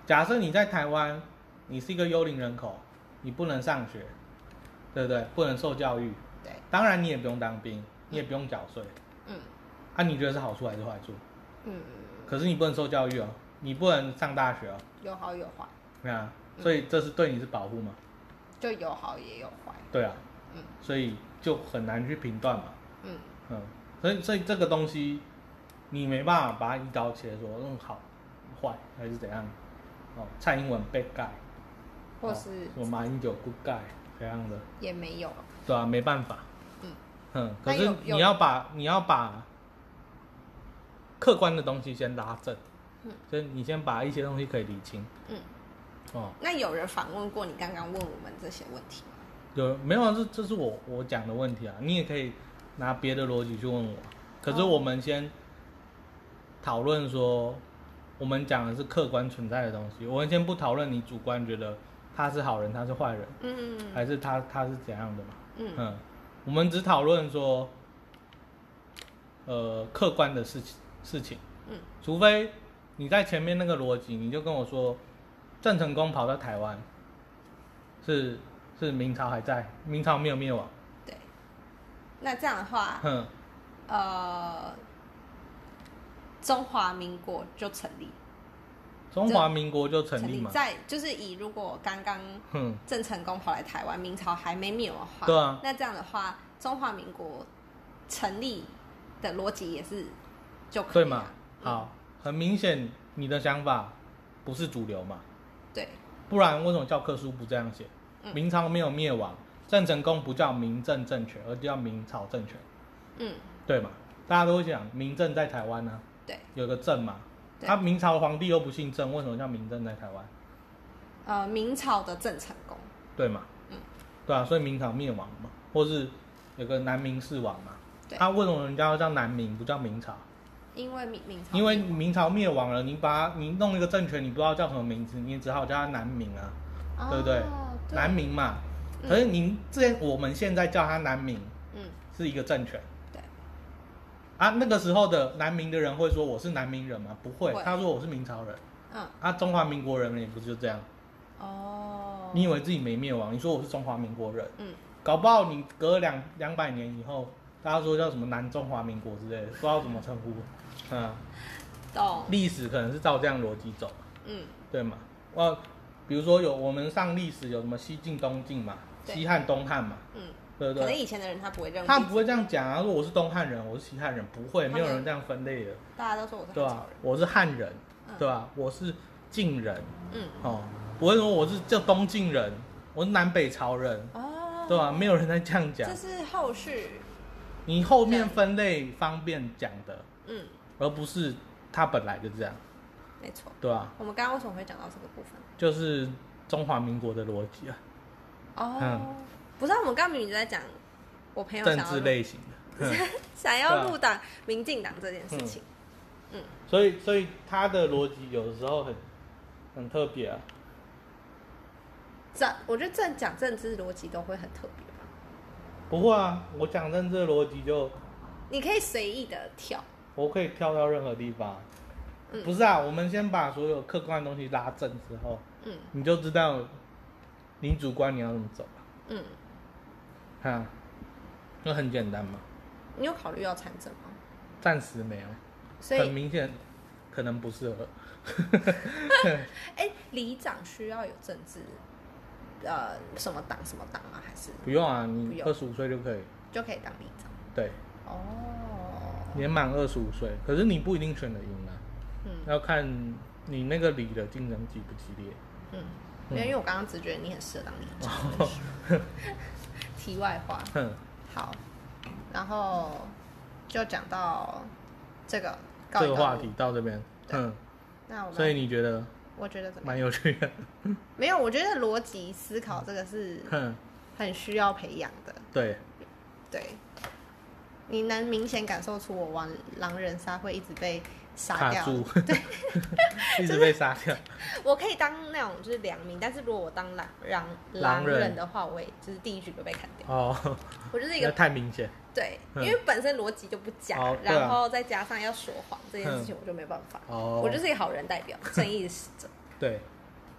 [SPEAKER 1] 假设你在台湾，你是一个幽灵人口，你不能上学，对不对？不能受教育，
[SPEAKER 2] 对，
[SPEAKER 1] 当然你也不用当兵，你也不用缴税。
[SPEAKER 2] 嗯
[SPEAKER 1] 啊，你觉得是好处还是坏处？
[SPEAKER 2] 嗯，
[SPEAKER 1] 可是你不能受教育哦，你不能上大学哦，
[SPEAKER 2] 有好有坏，
[SPEAKER 1] 啊，所以这是对你是保护吗？
[SPEAKER 2] 就有好也有坏。
[SPEAKER 1] 对啊，
[SPEAKER 2] 嗯
[SPEAKER 1] 所以就很难去评断嘛，
[SPEAKER 2] 嗯
[SPEAKER 1] 嗯，所以所以这个东西你没办法把它一刀切说嗯好坏还是怎样，哦，蔡英文被盖，
[SPEAKER 2] 或
[SPEAKER 1] 哦
[SPEAKER 2] 是
[SPEAKER 1] 什么马英九不盖怎样的，
[SPEAKER 2] 也没有。
[SPEAKER 1] 对啊，没办法，
[SPEAKER 2] 嗯
[SPEAKER 1] 嗯，可
[SPEAKER 2] 那
[SPEAKER 1] 是
[SPEAKER 2] 有有
[SPEAKER 1] 你要把你要把客观的东西先拉正，
[SPEAKER 2] 嗯，
[SPEAKER 1] 所以你先把一些东西可以理清，
[SPEAKER 2] 嗯，
[SPEAKER 1] 哦，
[SPEAKER 2] 那有人访问过你刚刚问我们这些问题吗？
[SPEAKER 1] 有没有啊？这这是我我讲的问题啊，你也可以拿别的逻辑去问我啊。可是
[SPEAKER 2] 哦
[SPEAKER 1] 我们先讨论说，我们讲的是客观存在的东西，我们先不讨论你主观觉得他是好人，他是坏人，
[SPEAKER 2] 嗯，
[SPEAKER 1] 还是他他是怎样的嘛？
[SPEAKER 2] 嗯
[SPEAKER 1] 嗯，我们只讨论说，呃，客观的事情事情，
[SPEAKER 2] 嗯，
[SPEAKER 1] 除非你在前面那个逻辑，你就跟我说，郑成功跑到台湾，是是明朝还在，明朝没有灭亡，
[SPEAKER 2] 对。那这样的话，
[SPEAKER 1] 哼，
[SPEAKER 2] 呃，中华民国就成立，
[SPEAKER 1] 中华民国就成立嘛，
[SPEAKER 2] 在就是以如果刚刚
[SPEAKER 1] 哼，
[SPEAKER 2] 郑成功跑来台湾，明朝还没灭亡的话，
[SPEAKER 1] 对啊
[SPEAKER 2] 那这样的话，中华民国成立的逻辑也是就可以
[SPEAKER 1] 对
[SPEAKER 2] 了嗯
[SPEAKER 1] 嘛？好，很明显你的想法不是主流嘛，
[SPEAKER 2] 对，
[SPEAKER 1] 不然为什么教科书不这样写？
[SPEAKER 2] 嗯
[SPEAKER 1] 明朝没有灭亡，郑成功不叫明郑政权，而叫明朝政权，
[SPEAKER 2] 嗯，
[SPEAKER 1] 对嘛？大家都会讲明郑在台湾呢、啊
[SPEAKER 2] 对，
[SPEAKER 1] 有个郑嘛，
[SPEAKER 2] 对
[SPEAKER 1] 他、明朝皇帝又不姓郑，为什么叫明郑在台湾？
[SPEAKER 2] 呃，明朝的郑成功，
[SPEAKER 1] 对嘛？
[SPEAKER 2] 嗯，
[SPEAKER 1] 对啊，所以明朝灭亡嘛，或是有个南明四王嘛，
[SPEAKER 2] 对
[SPEAKER 1] 他、为什么人家要叫南明不叫明朝？
[SPEAKER 2] 因为明明朝
[SPEAKER 1] 因为
[SPEAKER 2] 灭亡
[SPEAKER 1] 明朝灭亡了，你把它你弄一个政权，你不知道叫什么名字，你也只好叫它南明啊，对不对
[SPEAKER 2] 哦对
[SPEAKER 1] 南明嘛。
[SPEAKER 2] 嗯
[SPEAKER 1] 可是您之前我们现在叫它南明
[SPEAKER 2] 嗯，
[SPEAKER 1] 是一个政权
[SPEAKER 2] 对，
[SPEAKER 1] 啊，那个时候的南明的人会说我是南明人吗？不会
[SPEAKER 2] 不，会
[SPEAKER 1] 他说我是明朝人。
[SPEAKER 2] 嗯，
[SPEAKER 1] 啊，中华民国人也不是就这样，
[SPEAKER 2] 哦，
[SPEAKER 1] 你以为自己没灭亡？你说我是中华民国人，
[SPEAKER 2] 嗯，
[SPEAKER 1] 搞不好你隔两两百年以后，大家说叫什么南中华民国之类的，不知道怎么称呼，嗯，
[SPEAKER 2] 懂，
[SPEAKER 1] 历史可能是照这样逻辑走。
[SPEAKER 2] 嗯，
[SPEAKER 1] 对嘛？呃，比如说有我们上历史有什么西晋、东晋嘛，
[SPEAKER 2] 对
[SPEAKER 1] 西汉、东汉嘛，
[SPEAKER 2] 嗯，
[SPEAKER 1] 对不
[SPEAKER 2] 可能
[SPEAKER 1] 对？
[SPEAKER 2] 以前的人他不会认为
[SPEAKER 1] 他
[SPEAKER 2] 自己，
[SPEAKER 1] 们不会这样讲啊，说我是东汉人，我是西汉人，不会，
[SPEAKER 2] 他
[SPEAKER 1] 没
[SPEAKER 2] 们
[SPEAKER 1] 有人这样分类的，
[SPEAKER 2] 大家都说我是
[SPEAKER 1] 对啊
[SPEAKER 2] 汉
[SPEAKER 1] 吧、
[SPEAKER 2] 朝人，
[SPEAKER 1] 我是汉人，
[SPEAKER 2] 嗯
[SPEAKER 1] 对吧、我是晋人，
[SPEAKER 2] 嗯，
[SPEAKER 1] 哦，不会说我是叫东晋人，我是南北朝人，
[SPEAKER 2] 哦，
[SPEAKER 1] 对吧、啊没有人在这样讲
[SPEAKER 2] 这，是后续，
[SPEAKER 1] 你后面
[SPEAKER 2] 人
[SPEAKER 1] 分类方便讲的，
[SPEAKER 2] 嗯，
[SPEAKER 1] 而不是他本来就这样，
[SPEAKER 2] 没错。
[SPEAKER 1] 对吧、
[SPEAKER 2] 我们刚刚为什么会讲到这个部分？
[SPEAKER 1] 就是中华民国的逻辑啊，
[SPEAKER 2] 哦，
[SPEAKER 1] 嗯
[SPEAKER 2] 不是啊，我们刚刚明明就在讲我朋友想
[SPEAKER 1] 政
[SPEAKER 2] 要
[SPEAKER 1] 治
[SPEAKER 2] 入
[SPEAKER 1] 类啊型的。嗯哼
[SPEAKER 2] 想要入党、民进党这件事情。
[SPEAKER 1] 嗯所以，所以他的逻辑有的时候很很特别啊。
[SPEAKER 2] 这我觉得这讲政治逻辑都会很特别吧，
[SPEAKER 1] 不会啊，我讲政治的逻辑就
[SPEAKER 2] 你可以随意的跳。
[SPEAKER 1] 我可以跳到任何地方。啊
[SPEAKER 2] 嗯
[SPEAKER 1] 不是啊，我们先把所有客观的东西拉正之后，
[SPEAKER 2] 嗯
[SPEAKER 1] 你就知道你主观你要怎么走了、
[SPEAKER 2] 嗯，
[SPEAKER 1] 啊。哈，那很简单嘛，
[SPEAKER 2] 你有考虑要参政吗？
[SPEAKER 1] 暂时没有，
[SPEAKER 2] 所
[SPEAKER 1] 很
[SPEAKER 2] 以，
[SPEAKER 1] 明显可能不适合。
[SPEAKER 2] 哎、里长需要有政治，呃，什么党什么党吗？还是
[SPEAKER 1] 不用啊，
[SPEAKER 2] 不
[SPEAKER 1] 你
[SPEAKER 2] 用
[SPEAKER 1] 二十五岁就可以，
[SPEAKER 2] 就可以当里长？
[SPEAKER 1] 对，
[SPEAKER 2] 哦，
[SPEAKER 1] 年满二十五岁，可是你不一定选得赢啊，
[SPEAKER 2] 嗯
[SPEAKER 1] 要看你那个里的竞争激不激烈。
[SPEAKER 2] 嗯，
[SPEAKER 1] 嗯哦
[SPEAKER 2] 因为我刚刚只觉得你很适合当里长。 题外话，
[SPEAKER 1] 哼。
[SPEAKER 2] 好，然后就讲到这个告
[SPEAKER 1] 这
[SPEAKER 2] 一
[SPEAKER 1] 个
[SPEAKER 2] 段
[SPEAKER 1] 话
[SPEAKER 2] 落
[SPEAKER 1] 题。到这边，
[SPEAKER 2] 对
[SPEAKER 1] 嗯，
[SPEAKER 2] 那我们，
[SPEAKER 1] 所以你觉得
[SPEAKER 2] 我觉得怎么样？
[SPEAKER 1] 蛮有趣的，
[SPEAKER 2] 没有，我觉得逻辑思考这个是
[SPEAKER 1] 哼，
[SPEAKER 2] 很需要培养的。
[SPEAKER 1] 对，
[SPEAKER 2] 对，你能明显感受出我玩狼人杀会一直被杀
[SPEAKER 1] 卡
[SPEAKER 2] 掉。
[SPEAKER 1] 住， 一直被杀掉，
[SPEAKER 2] 我可以当那种就是良民，但是如果我当狼狼
[SPEAKER 1] 狼
[SPEAKER 2] 狼
[SPEAKER 1] 人
[SPEAKER 2] 人的话，我也就是第一局就被砍掉。
[SPEAKER 1] 哦，
[SPEAKER 2] 我就是一
[SPEAKER 1] 那
[SPEAKER 2] 个
[SPEAKER 1] 太明显，
[SPEAKER 2] 对，因
[SPEAKER 1] 嗯
[SPEAKER 2] 为本身逻辑就不假，
[SPEAKER 1] 哦对啊嗯
[SPEAKER 2] 然后再加上要说谎这件事情，我就没办法。
[SPEAKER 1] 哦，
[SPEAKER 2] 我就是一个好人代表，正义使 者。
[SPEAKER 1] 对，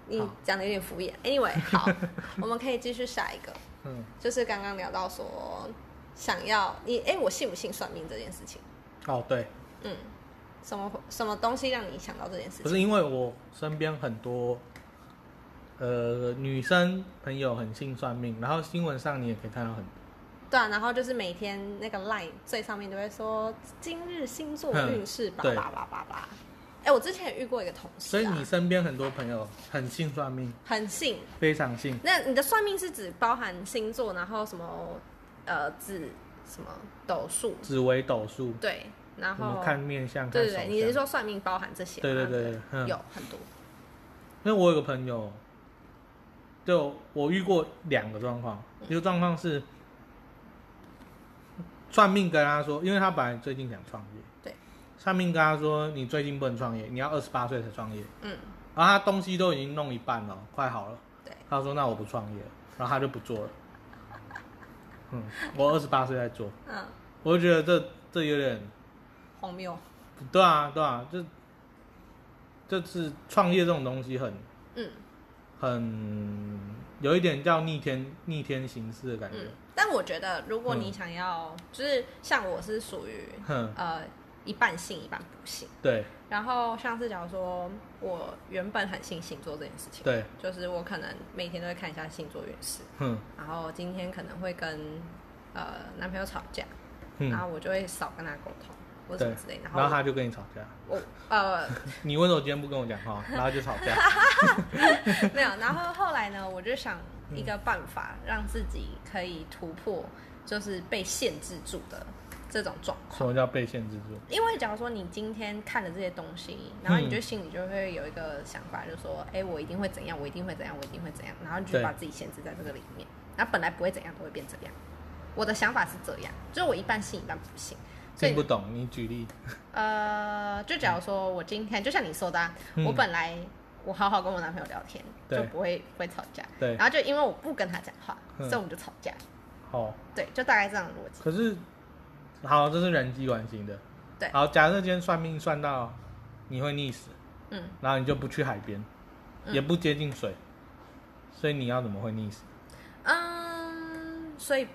[SPEAKER 2] 你讲的有点敷衍。Anyway，好， 我们可以继续下一个，
[SPEAKER 1] 嗯，
[SPEAKER 2] 就是刚刚聊到说想要你，哎、我信不信算命这件事情？
[SPEAKER 1] 哦对，
[SPEAKER 2] 嗯，什么什么东西让你想到这件事
[SPEAKER 1] 不
[SPEAKER 2] 情？
[SPEAKER 1] 是因为我身边很多，呃，女生朋友很信算命，然后新闻上你也可以看到很
[SPEAKER 2] 对啊，然后就是每天那个 line 最上面都会说今日星座
[SPEAKER 1] 嗯
[SPEAKER 2] 运势，叭
[SPEAKER 1] 对
[SPEAKER 2] 叭叭叭叭。哎、我之前也遇过一个同事、
[SPEAKER 1] 所
[SPEAKER 2] 啊，
[SPEAKER 1] 以你身边很多朋友很信算命，
[SPEAKER 2] 很信。
[SPEAKER 1] 非常信，
[SPEAKER 2] 那你的算命是指包含星座，然后什么呃指什么斗数，
[SPEAKER 1] 紫微斗数，
[SPEAKER 2] 对，然
[SPEAKER 1] 什么
[SPEAKER 2] 后
[SPEAKER 1] 看面相，
[SPEAKER 2] 对对
[SPEAKER 1] 看
[SPEAKER 2] 对，
[SPEAKER 1] 手
[SPEAKER 2] 你
[SPEAKER 1] 相
[SPEAKER 2] 是说算命包含这些吗？
[SPEAKER 1] 对对对对嗯
[SPEAKER 2] 有很多。
[SPEAKER 1] 因为我有个朋友，就我遇过两个状况，一个状况是算命跟他说，因为他本来最近想创业，
[SPEAKER 2] 对，
[SPEAKER 1] 算命跟他说你最近不能创业，你要二十八岁才创业，
[SPEAKER 2] 嗯，
[SPEAKER 1] 然后他东西都已经弄一半了，快好了，
[SPEAKER 2] 对，
[SPEAKER 1] 他说那我不创业了，然后他就不做了，嗯，我二十八岁在做，
[SPEAKER 2] 嗯，
[SPEAKER 1] 我就觉得这这有点，
[SPEAKER 2] 荒谬，
[SPEAKER 1] 对啊对啊，这就是创业这种东西很
[SPEAKER 2] 嗯
[SPEAKER 1] 很有一点叫逆天逆天行事的感觉
[SPEAKER 2] 嗯，。但我觉得，如果你
[SPEAKER 1] 嗯
[SPEAKER 2] 想要，就是像我是属于
[SPEAKER 1] 哼，
[SPEAKER 2] 呃一半信一半不信。
[SPEAKER 1] 对
[SPEAKER 2] 然后上次讲说，我原本很信星座这件事情，
[SPEAKER 1] 对，
[SPEAKER 2] 就是我可能每天都会看一下星座运势，
[SPEAKER 1] 哼
[SPEAKER 2] 然后今天可能会跟呃男朋友吵架，然
[SPEAKER 1] 哼，
[SPEAKER 2] 后我就会少跟他沟通或者什么之类，然
[SPEAKER 1] 嗯然
[SPEAKER 2] 后
[SPEAKER 1] 后他就跟你吵架，
[SPEAKER 2] 我呃
[SPEAKER 1] 你为什么今天不跟我讲话？然后就吵架，
[SPEAKER 2] 没有，然后后来呢，我就想一个办法让自己可以突破，就是被限制住的这种状况。
[SPEAKER 1] 什么叫被限制住？
[SPEAKER 2] 因为假如说你今天看了这些东西，然后你
[SPEAKER 1] 嗯
[SPEAKER 2] 就心里就会有一个想法，就说，哎、我一定会怎样，我一定会怎样，我一定会怎样，然后你就
[SPEAKER 1] 对
[SPEAKER 2] 把自己限制在这个里面，然后本来不会怎样都会变这样。我的想法是这样，就是我一半信一半不信。所以
[SPEAKER 1] 听不懂，你举例，
[SPEAKER 2] 呃，就假如说我今天就像你说的、啊，
[SPEAKER 1] 嗯
[SPEAKER 2] 我本来我好好跟我男朋友聊天，
[SPEAKER 1] 对
[SPEAKER 2] 就不会不会吵架，
[SPEAKER 1] 对
[SPEAKER 2] 然，后就因为我不跟他讲话，
[SPEAKER 1] 嗯
[SPEAKER 2] 所以我们就吵架，
[SPEAKER 1] 好。
[SPEAKER 2] 对，就大概这样的逻辑。
[SPEAKER 1] 可是，好，这是人际关系的。
[SPEAKER 2] 对
[SPEAKER 1] 好，假设今天算命算到你会溺死，
[SPEAKER 2] 嗯，
[SPEAKER 1] 然后你就不去海边，
[SPEAKER 2] 嗯
[SPEAKER 1] 也不接近水，所以你要怎么会溺死？
[SPEAKER 2] 嗯，所以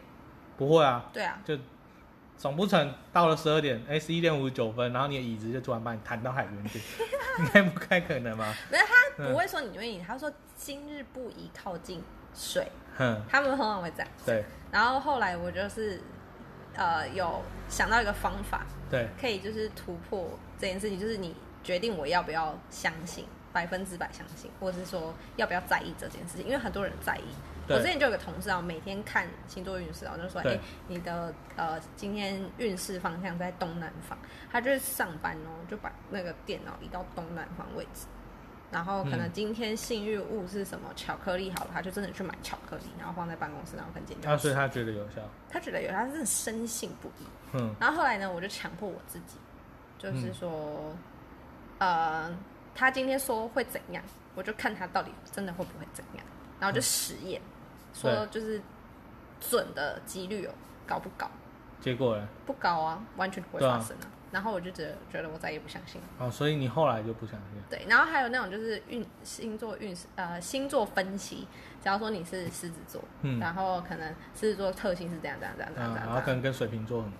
[SPEAKER 1] 不会啊，
[SPEAKER 2] 对啊，
[SPEAKER 1] 就总不成到了十二点，哎，十一点五十九分，然后你的椅子就突然把你弹到海边 去，应该不太可能吧？
[SPEAKER 2] 没有他
[SPEAKER 1] 嗯
[SPEAKER 2] 不会说你愿意，他说今日不宜靠近水，
[SPEAKER 1] 哼，
[SPEAKER 2] 他们通常会这样。
[SPEAKER 1] 对
[SPEAKER 2] 然后后来我就是呃有想到一个方法，
[SPEAKER 1] 对，
[SPEAKER 2] 可以就是突破这件事情，就是你决定我要不要相信，百分之百相信，或者是说要不要在意这件事情，因为很多人在意。
[SPEAKER 1] 对
[SPEAKER 2] 我之前就有个同事啊，每天看星座运势啊，我就说，哎、
[SPEAKER 1] 对
[SPEAKER 2] 你的呃今天运势方向在东南方，他就是上班哦，就把那个电脑移到东南方位置。然后可能
[SPEAKER 1] 嗯
[SPEAKER 2] 今天幸运物是什么、巧克力好了，他就真的去买巧克力，然后放在办公室，然后跟简单
[SPEAKER 1] 啊，所以他觉得有效，
[SPEAKER 2] 他觉得有，他真的深信不疑。
[SPEAKER 1] 哼，
[SPEAKER 2] 然后后来呢，我就强迫我自己，
[SPEAKER 1] 嗯
[SPEAKER 2] 就是说，呃，他今天说会怎样，我就看他到底真的会不会怎样，然
[SPEAKER 1] 嗯
[SPEAKER 2] 后就实验，说就是准的几率有高不高？
[SPEAKER 1] 结果呢？
[SPEAKER 2] 不高啊，完全不会
[SPEAKER 1] 对啊
[SPEAKER 2] 发生啊。然后我就觉得觉得我再也不相信了。
[SPEAKER 1] 哦，所以你后来就不相信，
[SPEAKER 2] 对，然后还有那种就是运星座运势呃星座分析，假如说你是狮子座，
[SPEAKER 1] 嗯，
[SPEAKER 2] 然后可能狮子座特性是这样这样这样这样
[SPEAKER 1] 嗯
[SPEAKER 2] 这
[SPEAKER 1] 然
[SPEAKER 2] 样这
[SPEAKER 1] 后
[SPEAKER 2] 样
[SPEAKER 1] 可，能跟水瓶座很合，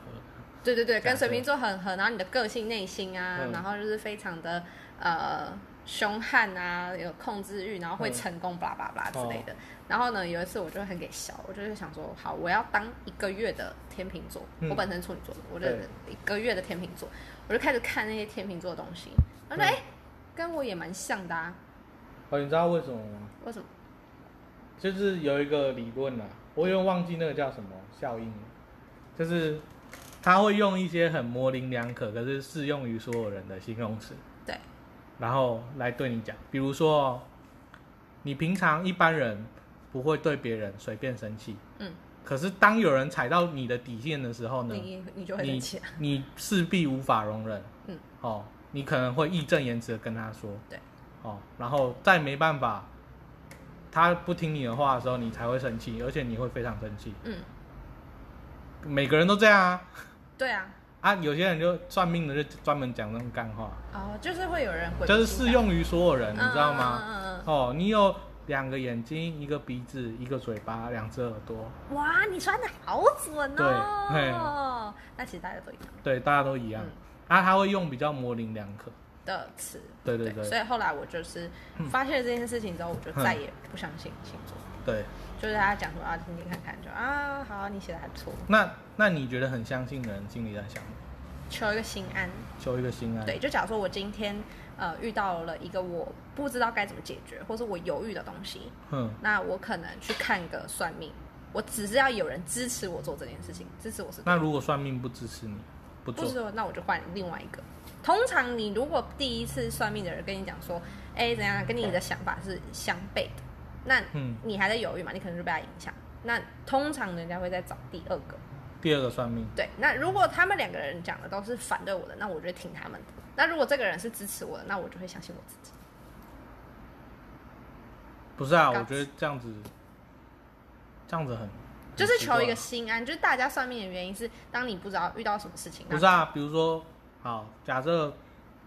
[SPEAKER 2] 对对对，
[SPEAKER 1] 假
[SPEAKER 2] 跟水
[SPEAKER 1] 设
[SPEAKER 2] 瓶座很合，然后你的个性、内心啊，
[SPEAKER 1] 嗯
[SPEAKER 2] 然后就是非常的呃凶悍啊，有控制欲，然后会
[SPEAKER 1] 嗯
[SPEAKER 2] 成功，巴拉巴拉之类
[SPEAKER 1] 哦
[SPEAKER 2] 的。然后呢，有一次我就很给小，我就是想说，好，我要当一个月的天秤座，
[SPEAKER 1] 嗯
[SPEAKER 2] 我本身处女座的，我就
[SPEAKER 1] 对
[SPEAKER 2] 一个月的天秤座，我就开始看那些天秤座的东西，然后说，
[SPEAKER 1] 嗯
[SPEAKER 2] 哎、跟我也蛮像的啊，
[SPEAKER 1] 哦，你知道为什么吗？
[SPEAKER 2] 为什么？
[SPEAKER 1] 就是有一个理论啦、我有点忘记那个叫什么效应，就是他会用一些很模棱两可，可是适用于所有人的形容词，
[SPEAKER 2] 对，
[SPEAKER 1] 然后来对你讲。比如说，你平常一般人不会对别人随便生气，
[SPEAKER 2] 嗯，
[SPEAKER 1] 可是当有人踩到你的底线的时候呢，
[SPEAKER 2] 你你就会生
[SPEAKER 1] 你
[SPEAKER 2] 气啊，
[SPEAKER 1] 你势必无法容忍，
[SPEAKER 2] 嗯，
[SPEAKER 1] 哦，你可能会义正言辞的跟他说，
[SPEAKER 2] 对，
[SPEAKER 1] 哦，然后再没办法，他不听你的话的时候，你才会生气，而且你会非常生气。
[SPEAKER 2] 嗯，
[SPEAKER 1] 每个人都这样啊，
[SPEAKER 2] 对啊，
[SPEAKER 1] 啊，有些人就算命的就专门讲那种干话，
[SPEAKER 2] 哦，就是会有人回，
[SPEAKER 1] 就是适，用于所有人，
[SPEAKER 2] 嗯
[SPEAKER 1] 你知道吗？
[SPEAKER 2] 嗯嗯嗯嗯
[SPEAKER 1] 哦，你有两个眼睛，一个鼻子，一个嘴巴，两只耳朵，
[SPEAKER 2] 哇，你穿的好准
[SPEAKER 1] 对嘿
[SPEAKER 2] 哦！那其实大家都一样
[SPEAKER 1] 对，大家都一样。
[SPEAKER 2] 嗯
[SPEAKER 1] 啊，他会用比较模棱两可，
[SPEAKER 2] 的词。
[SPEAKER 1] 对对对嗯
[SPEAKER 2] 所以后来我就是发现了这件事情之后，我就再也不相信星座。
[SPEAKER 1] 对。
[SPEAKER 2] 就是大家讲说啊，听听看看，就啊，好，你写的还不错，
[SPEAKER 1] 那那你觉得很相信的人心里在想什么？
[SPEAKER 2] 求一个心安。
[SPEAKER 1] 求一个心安。
[SPEAKER 2] 对，就假如说我今天呃遇到了一个我不知道该怎么解决，或是我犹豫的东西，
[SPEAKER 1] 嗯，
[SPEAKER 2] 那我可能去看个算命。我只是要有人支持我做这件事情，支持我是对的
[SPEAKER 1] 那如果算命不支持你，不
[SPEAKER 2] 不
[SPEAKER 1] 做，
[SPEAKER 2] 是，那我就换另外一个。通常你如果第一次算命的人跟你讲说，哎，怎样，跟你的想法是相悖的，那
[SPEAKER 1] 嗯，
[SPEAKER 2] 你还在犹豫嘛？你可能就被他影响。那通常人家会再找第二个。
[SPEAKER 1] 第二个算命，
[SPEAKER 2] 对，那如果他们两个人讲的都是反对我的，那我就会听他们的。那如果这个人是支持我的，那我就会相信我自己。
[SPEAKER 1] 不是啊，啊
[SPEAKER 2] 告
[SPEAKER 1] 我觉
[SPEAKER 2] 辞
[SPEAKER 1] 得这样子，这样子很
[SPEAKER 2] 就是求一
[SPEAKER 1] 奇啊
[SPEAKER 2] 个心安。就是大家算命的原因是，当你不知道遇到什么事情，
[SPEAKER 1] 怪。不是啊，比如说，好，假设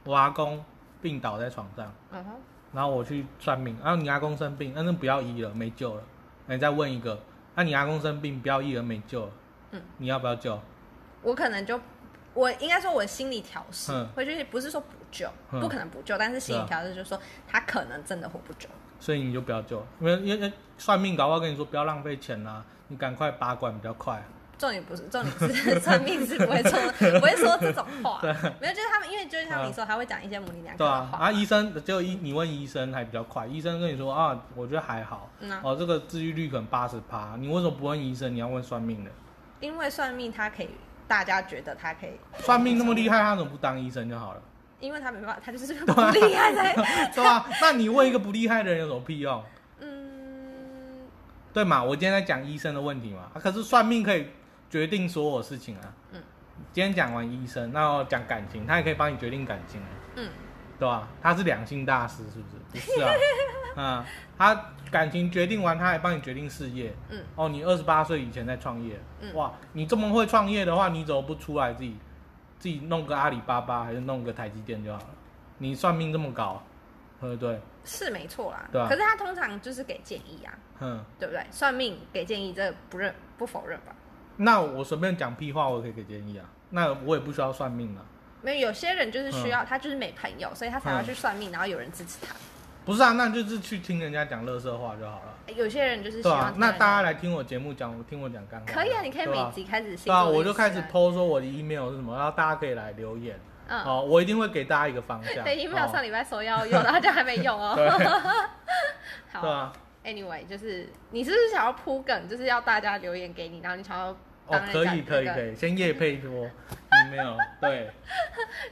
[SPEAKER 1] 我阿公病倒在床上，
[SPEAKER 2] 然后，嗯哼，
[SPEAKER 1] 然后我去算命，然、后你阿公生病，那、那不要医了，没救了。那你再问一个，那、你阿公生病，不要医了，没救了。
[SPEAKER 2] 嗯，
[SPEAKER 1] 你要不要救？
[SPEAKER 2] 我可能就我应该说，我心理调试
[SPEAKER 1] 嗯
[SPEAKER 2] 会就是不是说补救，
[SPEAKER 1] 嗯
[SPEAKER 2] 不可能补救，但是心理
[SPEAKER 1] 对啊
[SPEAKER 2] 调试就是说他可能真的活不久。
[SPEAKER 1] 所以你就不要救了，因为因为算命搞不好跟你说不要浪费钱啦、你赶快拔管比较快、
[SPEAKER 2] 重点不是重点 是算命是不会说不会说这种话，没有就是他们，因为就是像你说，他会讲一些模棱两可
[SPEAKER 1] 对
[SPEAKER 2] 的
[SPEAKER 1] 啊，
[SPEAKER 2] 话。
[SPEAKER 1] 啊，医生就医，你问医生还比较快，医生跟你说啊，我觉得还好，
[SPEAKER 2] 嗯啊
[SPEAKER 1] 哦，这个治愈率可能八十趴，你为什么不问医生？你要问算命的，
[SPEAKER 2] 因为算命他可以，大家觉得他可以
[SPEAKER 1] 算命那么厉害，他怎么不当医生就 好了？
[SPEAKER 2] 因为他没办法，他就是不
[SPEAKER 1] 啊
[SPEAKER 2] 厉 害才，
[SPEAKER 1] 对吧、那你问一个不厉害的人有什么屁用？
[SPEAKER 2] 嗯
[SPEAKER 1] 对嘛？我今天在讲医生的问题嘛，啊可是算命可以决定所有事情啊。
[SPEAKER 2] 嗯，
[SPEAKER 1] 今天讲完医生，那我讲感情，他也可以帮你决定感情啊。
[SPEAKER 2] 嗯，
[SPEAKER 1] 对吧、他是两性大师，是 不是？不是啊，嗯，他感情决定完，他还帮你决定事业。
[SPEAKER 2] 嗯，
[SPEAKER 1] 哦，你二十八岁以前在创业，
[SPEAKER 2] 嗯
[SPEAKER 1] 哇，你这么会创业的话，你怎么不出来自己自己弄个阿里巴巴，还是弄个台积电就好了？你算命这么搞，对不对？
[SPEAKER 2] 是没错啦。
[SPEAKER 1] 对啊
[SPEAKER 2] 可是他通常就是给建议啊，
[SPEAKER 1] 嗯，
[SPEAKER 2] 对不对？算命给建议，这不认不否认吧？
[SPEAKER 1] 那我随便讲屁话，我也可以给建议啊。那我也不需要算命啊。
[SPEAKER 2] 没有，有些人就是需要、他就是没朋友，所以他才要
[SPEAKER 1] 嗯
[SPEAKER 2] 去算命，然后有人支持他。
[SPEAKER 1] 不是啊，那就是去听人家讲乐色话就好了，
[SPEAKER 2] 有些人就是希
[SPEAKER 1] 对
[SPEAKER 2] 望、
[SPEAKER 1] 啊，那大家来听我节目讲，听我讲干话。
[SPEAKER 2] 可以啊，你可以
[SPEAKER 1] 对吧
[SPEAKER 2] 每集开始星
[SPEAKER 1] 对
[SPEAKER 2] 座
[SPEAKER 1] 啊，
[SPEAKER 2] 运势
[SPEAKER 1] 我就开始 PO 说我的 email 是什么，然后大家可以来留言。
[SPEAKER 2] 嗯，
[SPEAKER 1] 哦，我一定会给大家一个方向。
[SPEAKER 2] 对，email 上
[SPEAKER 1] 哦
[SPEAKER 2] 礼拜说要用，然后就还没用哦。
[SPEAKER 1] 对啊对
[SPEAKER 2] 好
[SPEAKER 1] 啊，
[SPEAKER 2] ，anyway，就是你是不是想要铺梗，就是要大家留言给你，然后你想要
[SPEAKER 1] 哦
[SPEAKER 2] 当，人
[SPEAKER 1] 可
[SPEAKER 2] 家
[SPEAKER 1] 以可以
[SPEAKER 2] 那个
[SPEAKER 1] 可以，先夜配 多 email 对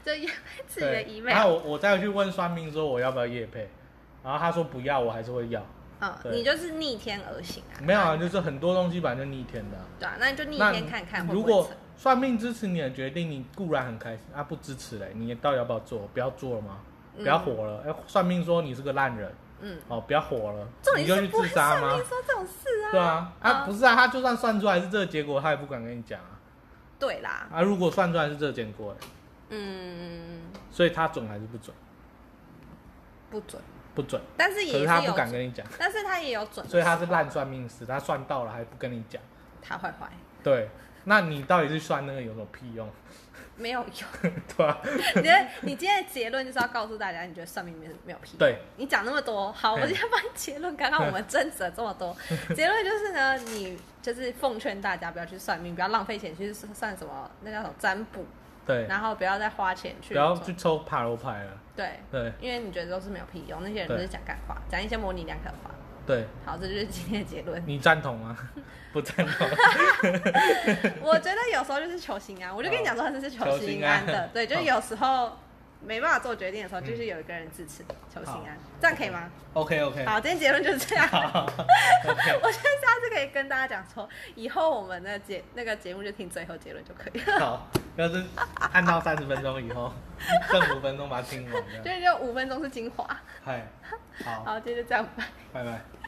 [SPEAKER 2] 就也自己的
[SPEAKER 1] 对，
[SPEAKER 2] email
[SPEAKER 1] 然。后我我再去问算命说我要不要夜配，然后他说不要，我还是会要。
[SPEAKER 2] 嗯，
[SPEAKER 1] 对
[SPEAKER 2] 你就是逆天而行啊。
[SPEAKER 1] 没有啊，就是很多东西本来就逆天的啊。
[SPEAKER 2] 对啊，那你就逆
[SPEAKER 1] 那
[SPEAKER 2] 天看看会
[SPEAKER 1] 如
[SPEAKER 2] 不会
[SPEAKER 1] 果
[SPEAKER 2] 成。
[SPEAKER 1] 算命支持你的决定，你固然很开心啊；不支持嘞，你到底要不要做？不要做了吗？不要活了。哎，算命说你是个烂人
[SPEAKER 2] 嗯，
[SPEAKER 1] 哦，不要活了，
[SPEAKER 2] 重
[SPEAKER 1] 你
[SPEAKER 2] 点
[SPEAKER 1] 就是去
[SPEAKER 2] 不
[SPEAKER 1] 自
[SPEAKER 2] 会
[SPEAKER 1] 杀
[SPEAKER 2] 算
[SPEAKER 1] 吗
[SPEAKER 2] 命？说这种事啊。
[SPEAKER 1] 对啊，啊
[SPEAKER 2] 啊
[SPEAKER 1] 不是啊，他就算算出来是这个结果，他也不敢跟你讲啊。
[SPEAKER 2] 对啦，
[SPEAKER 1] 啊，如果算出来是这个结果，
[SPEAKER 2] 嗯，
[SPEAKER 1] 所以他准还是不准？
[SPEAKER 2] 不准，
[SPEAKER 1] 不准，
[SPEAKER 2] 但是
[SPEAKER 1] 可
[SPEAKER 2] 也
[SPEAKER 1] 是
[SPEAKER 2] 是
[SPEAKER 1] 他
[SPEAKER 2] 有
[SPEAKER 1] 不敢
[SPEAKER 2] 准，
[SPEAKER 1] 跟你讲，
[SPEAKER 2] 但是他也有准的时候，
[SPEAKER 1] 所以他是烂算命师，他算到了还不跟你讲。
[SPEAKER 2] 他坏坏，
[SPEAKER 1] 对，那你到底是算那个有什么屁用？
[SPEAKER 2] 没有用。
[SPEAKER 1] 对啊吧、
[SPEAKER 2] 你的你今天的结论就是要告诉大家，你觉得算命没没有屁。
[SPEAKER 1] 对，
[SPEAKER 2] 你讲那么多，好，我
[SPEAKER 1] 嗯
[SPEAKER 2] 今天帮你结论。刚刚我们争执了这 么多，结论就是呢，你就是奉劝大家不要去算命，不要浪费钱去算什么那叫什么占卜，
[SPEAKER 1] 对，
[SPEAKER 2] 然后不要再花钱去
[SPEAKER 1] 不要
[SPEAKER 2] 做
[SPEAKER 1] 去抽塔罗牌了。
[SPEAKER 2] 对，
[SPEAKER 1] 对
[SPEAKER 2] 因为你觉得都是没有屁用，那些人
[SPEAKER 1] 对
[SPEAKER 2] 就是讲干话，讲一些模棱两可的话。
[SPEAKER 1] 对，。
[SPEAKER 2] 好，这就是今天的结论
[SPEAKER 1] 你赞同吗？ 不赞同。
[SPEAKER 2] 我觉得有时候就是求心安，我就跟你讲说，这是求心安
[SPEAKER 1] 哦求心
[SPEAKER 2] 的
[SPEAKER 1] 安。
[SPEAKER 2] 对，就是有时候没办法做决定的时候，就是有一个人支持，求心安，这样可以吗？
[SPEAKER 1] OK OK，
[SPEAKER 2] 好，今天结论就是这样。
[SPEAKER 1] 好，OK，
[SPEAKER 2] 我觉得下次可以跟大家讲说，以后我们的节那个节目就听最后结论就可以了，
[SPEAKER 1] 好，要是按到三十分钟以后，剩五分钟把它听完。这
[SPEAKER 2] 就
[SPEAKER 1] 样
[SPEAKER 2] 是就五分钟是精华。
[SPEAKER 1] 嗨，好，
[SPEAKER 2] 好，今天就这样，拜。
[SPEAKER 1] 拜拜。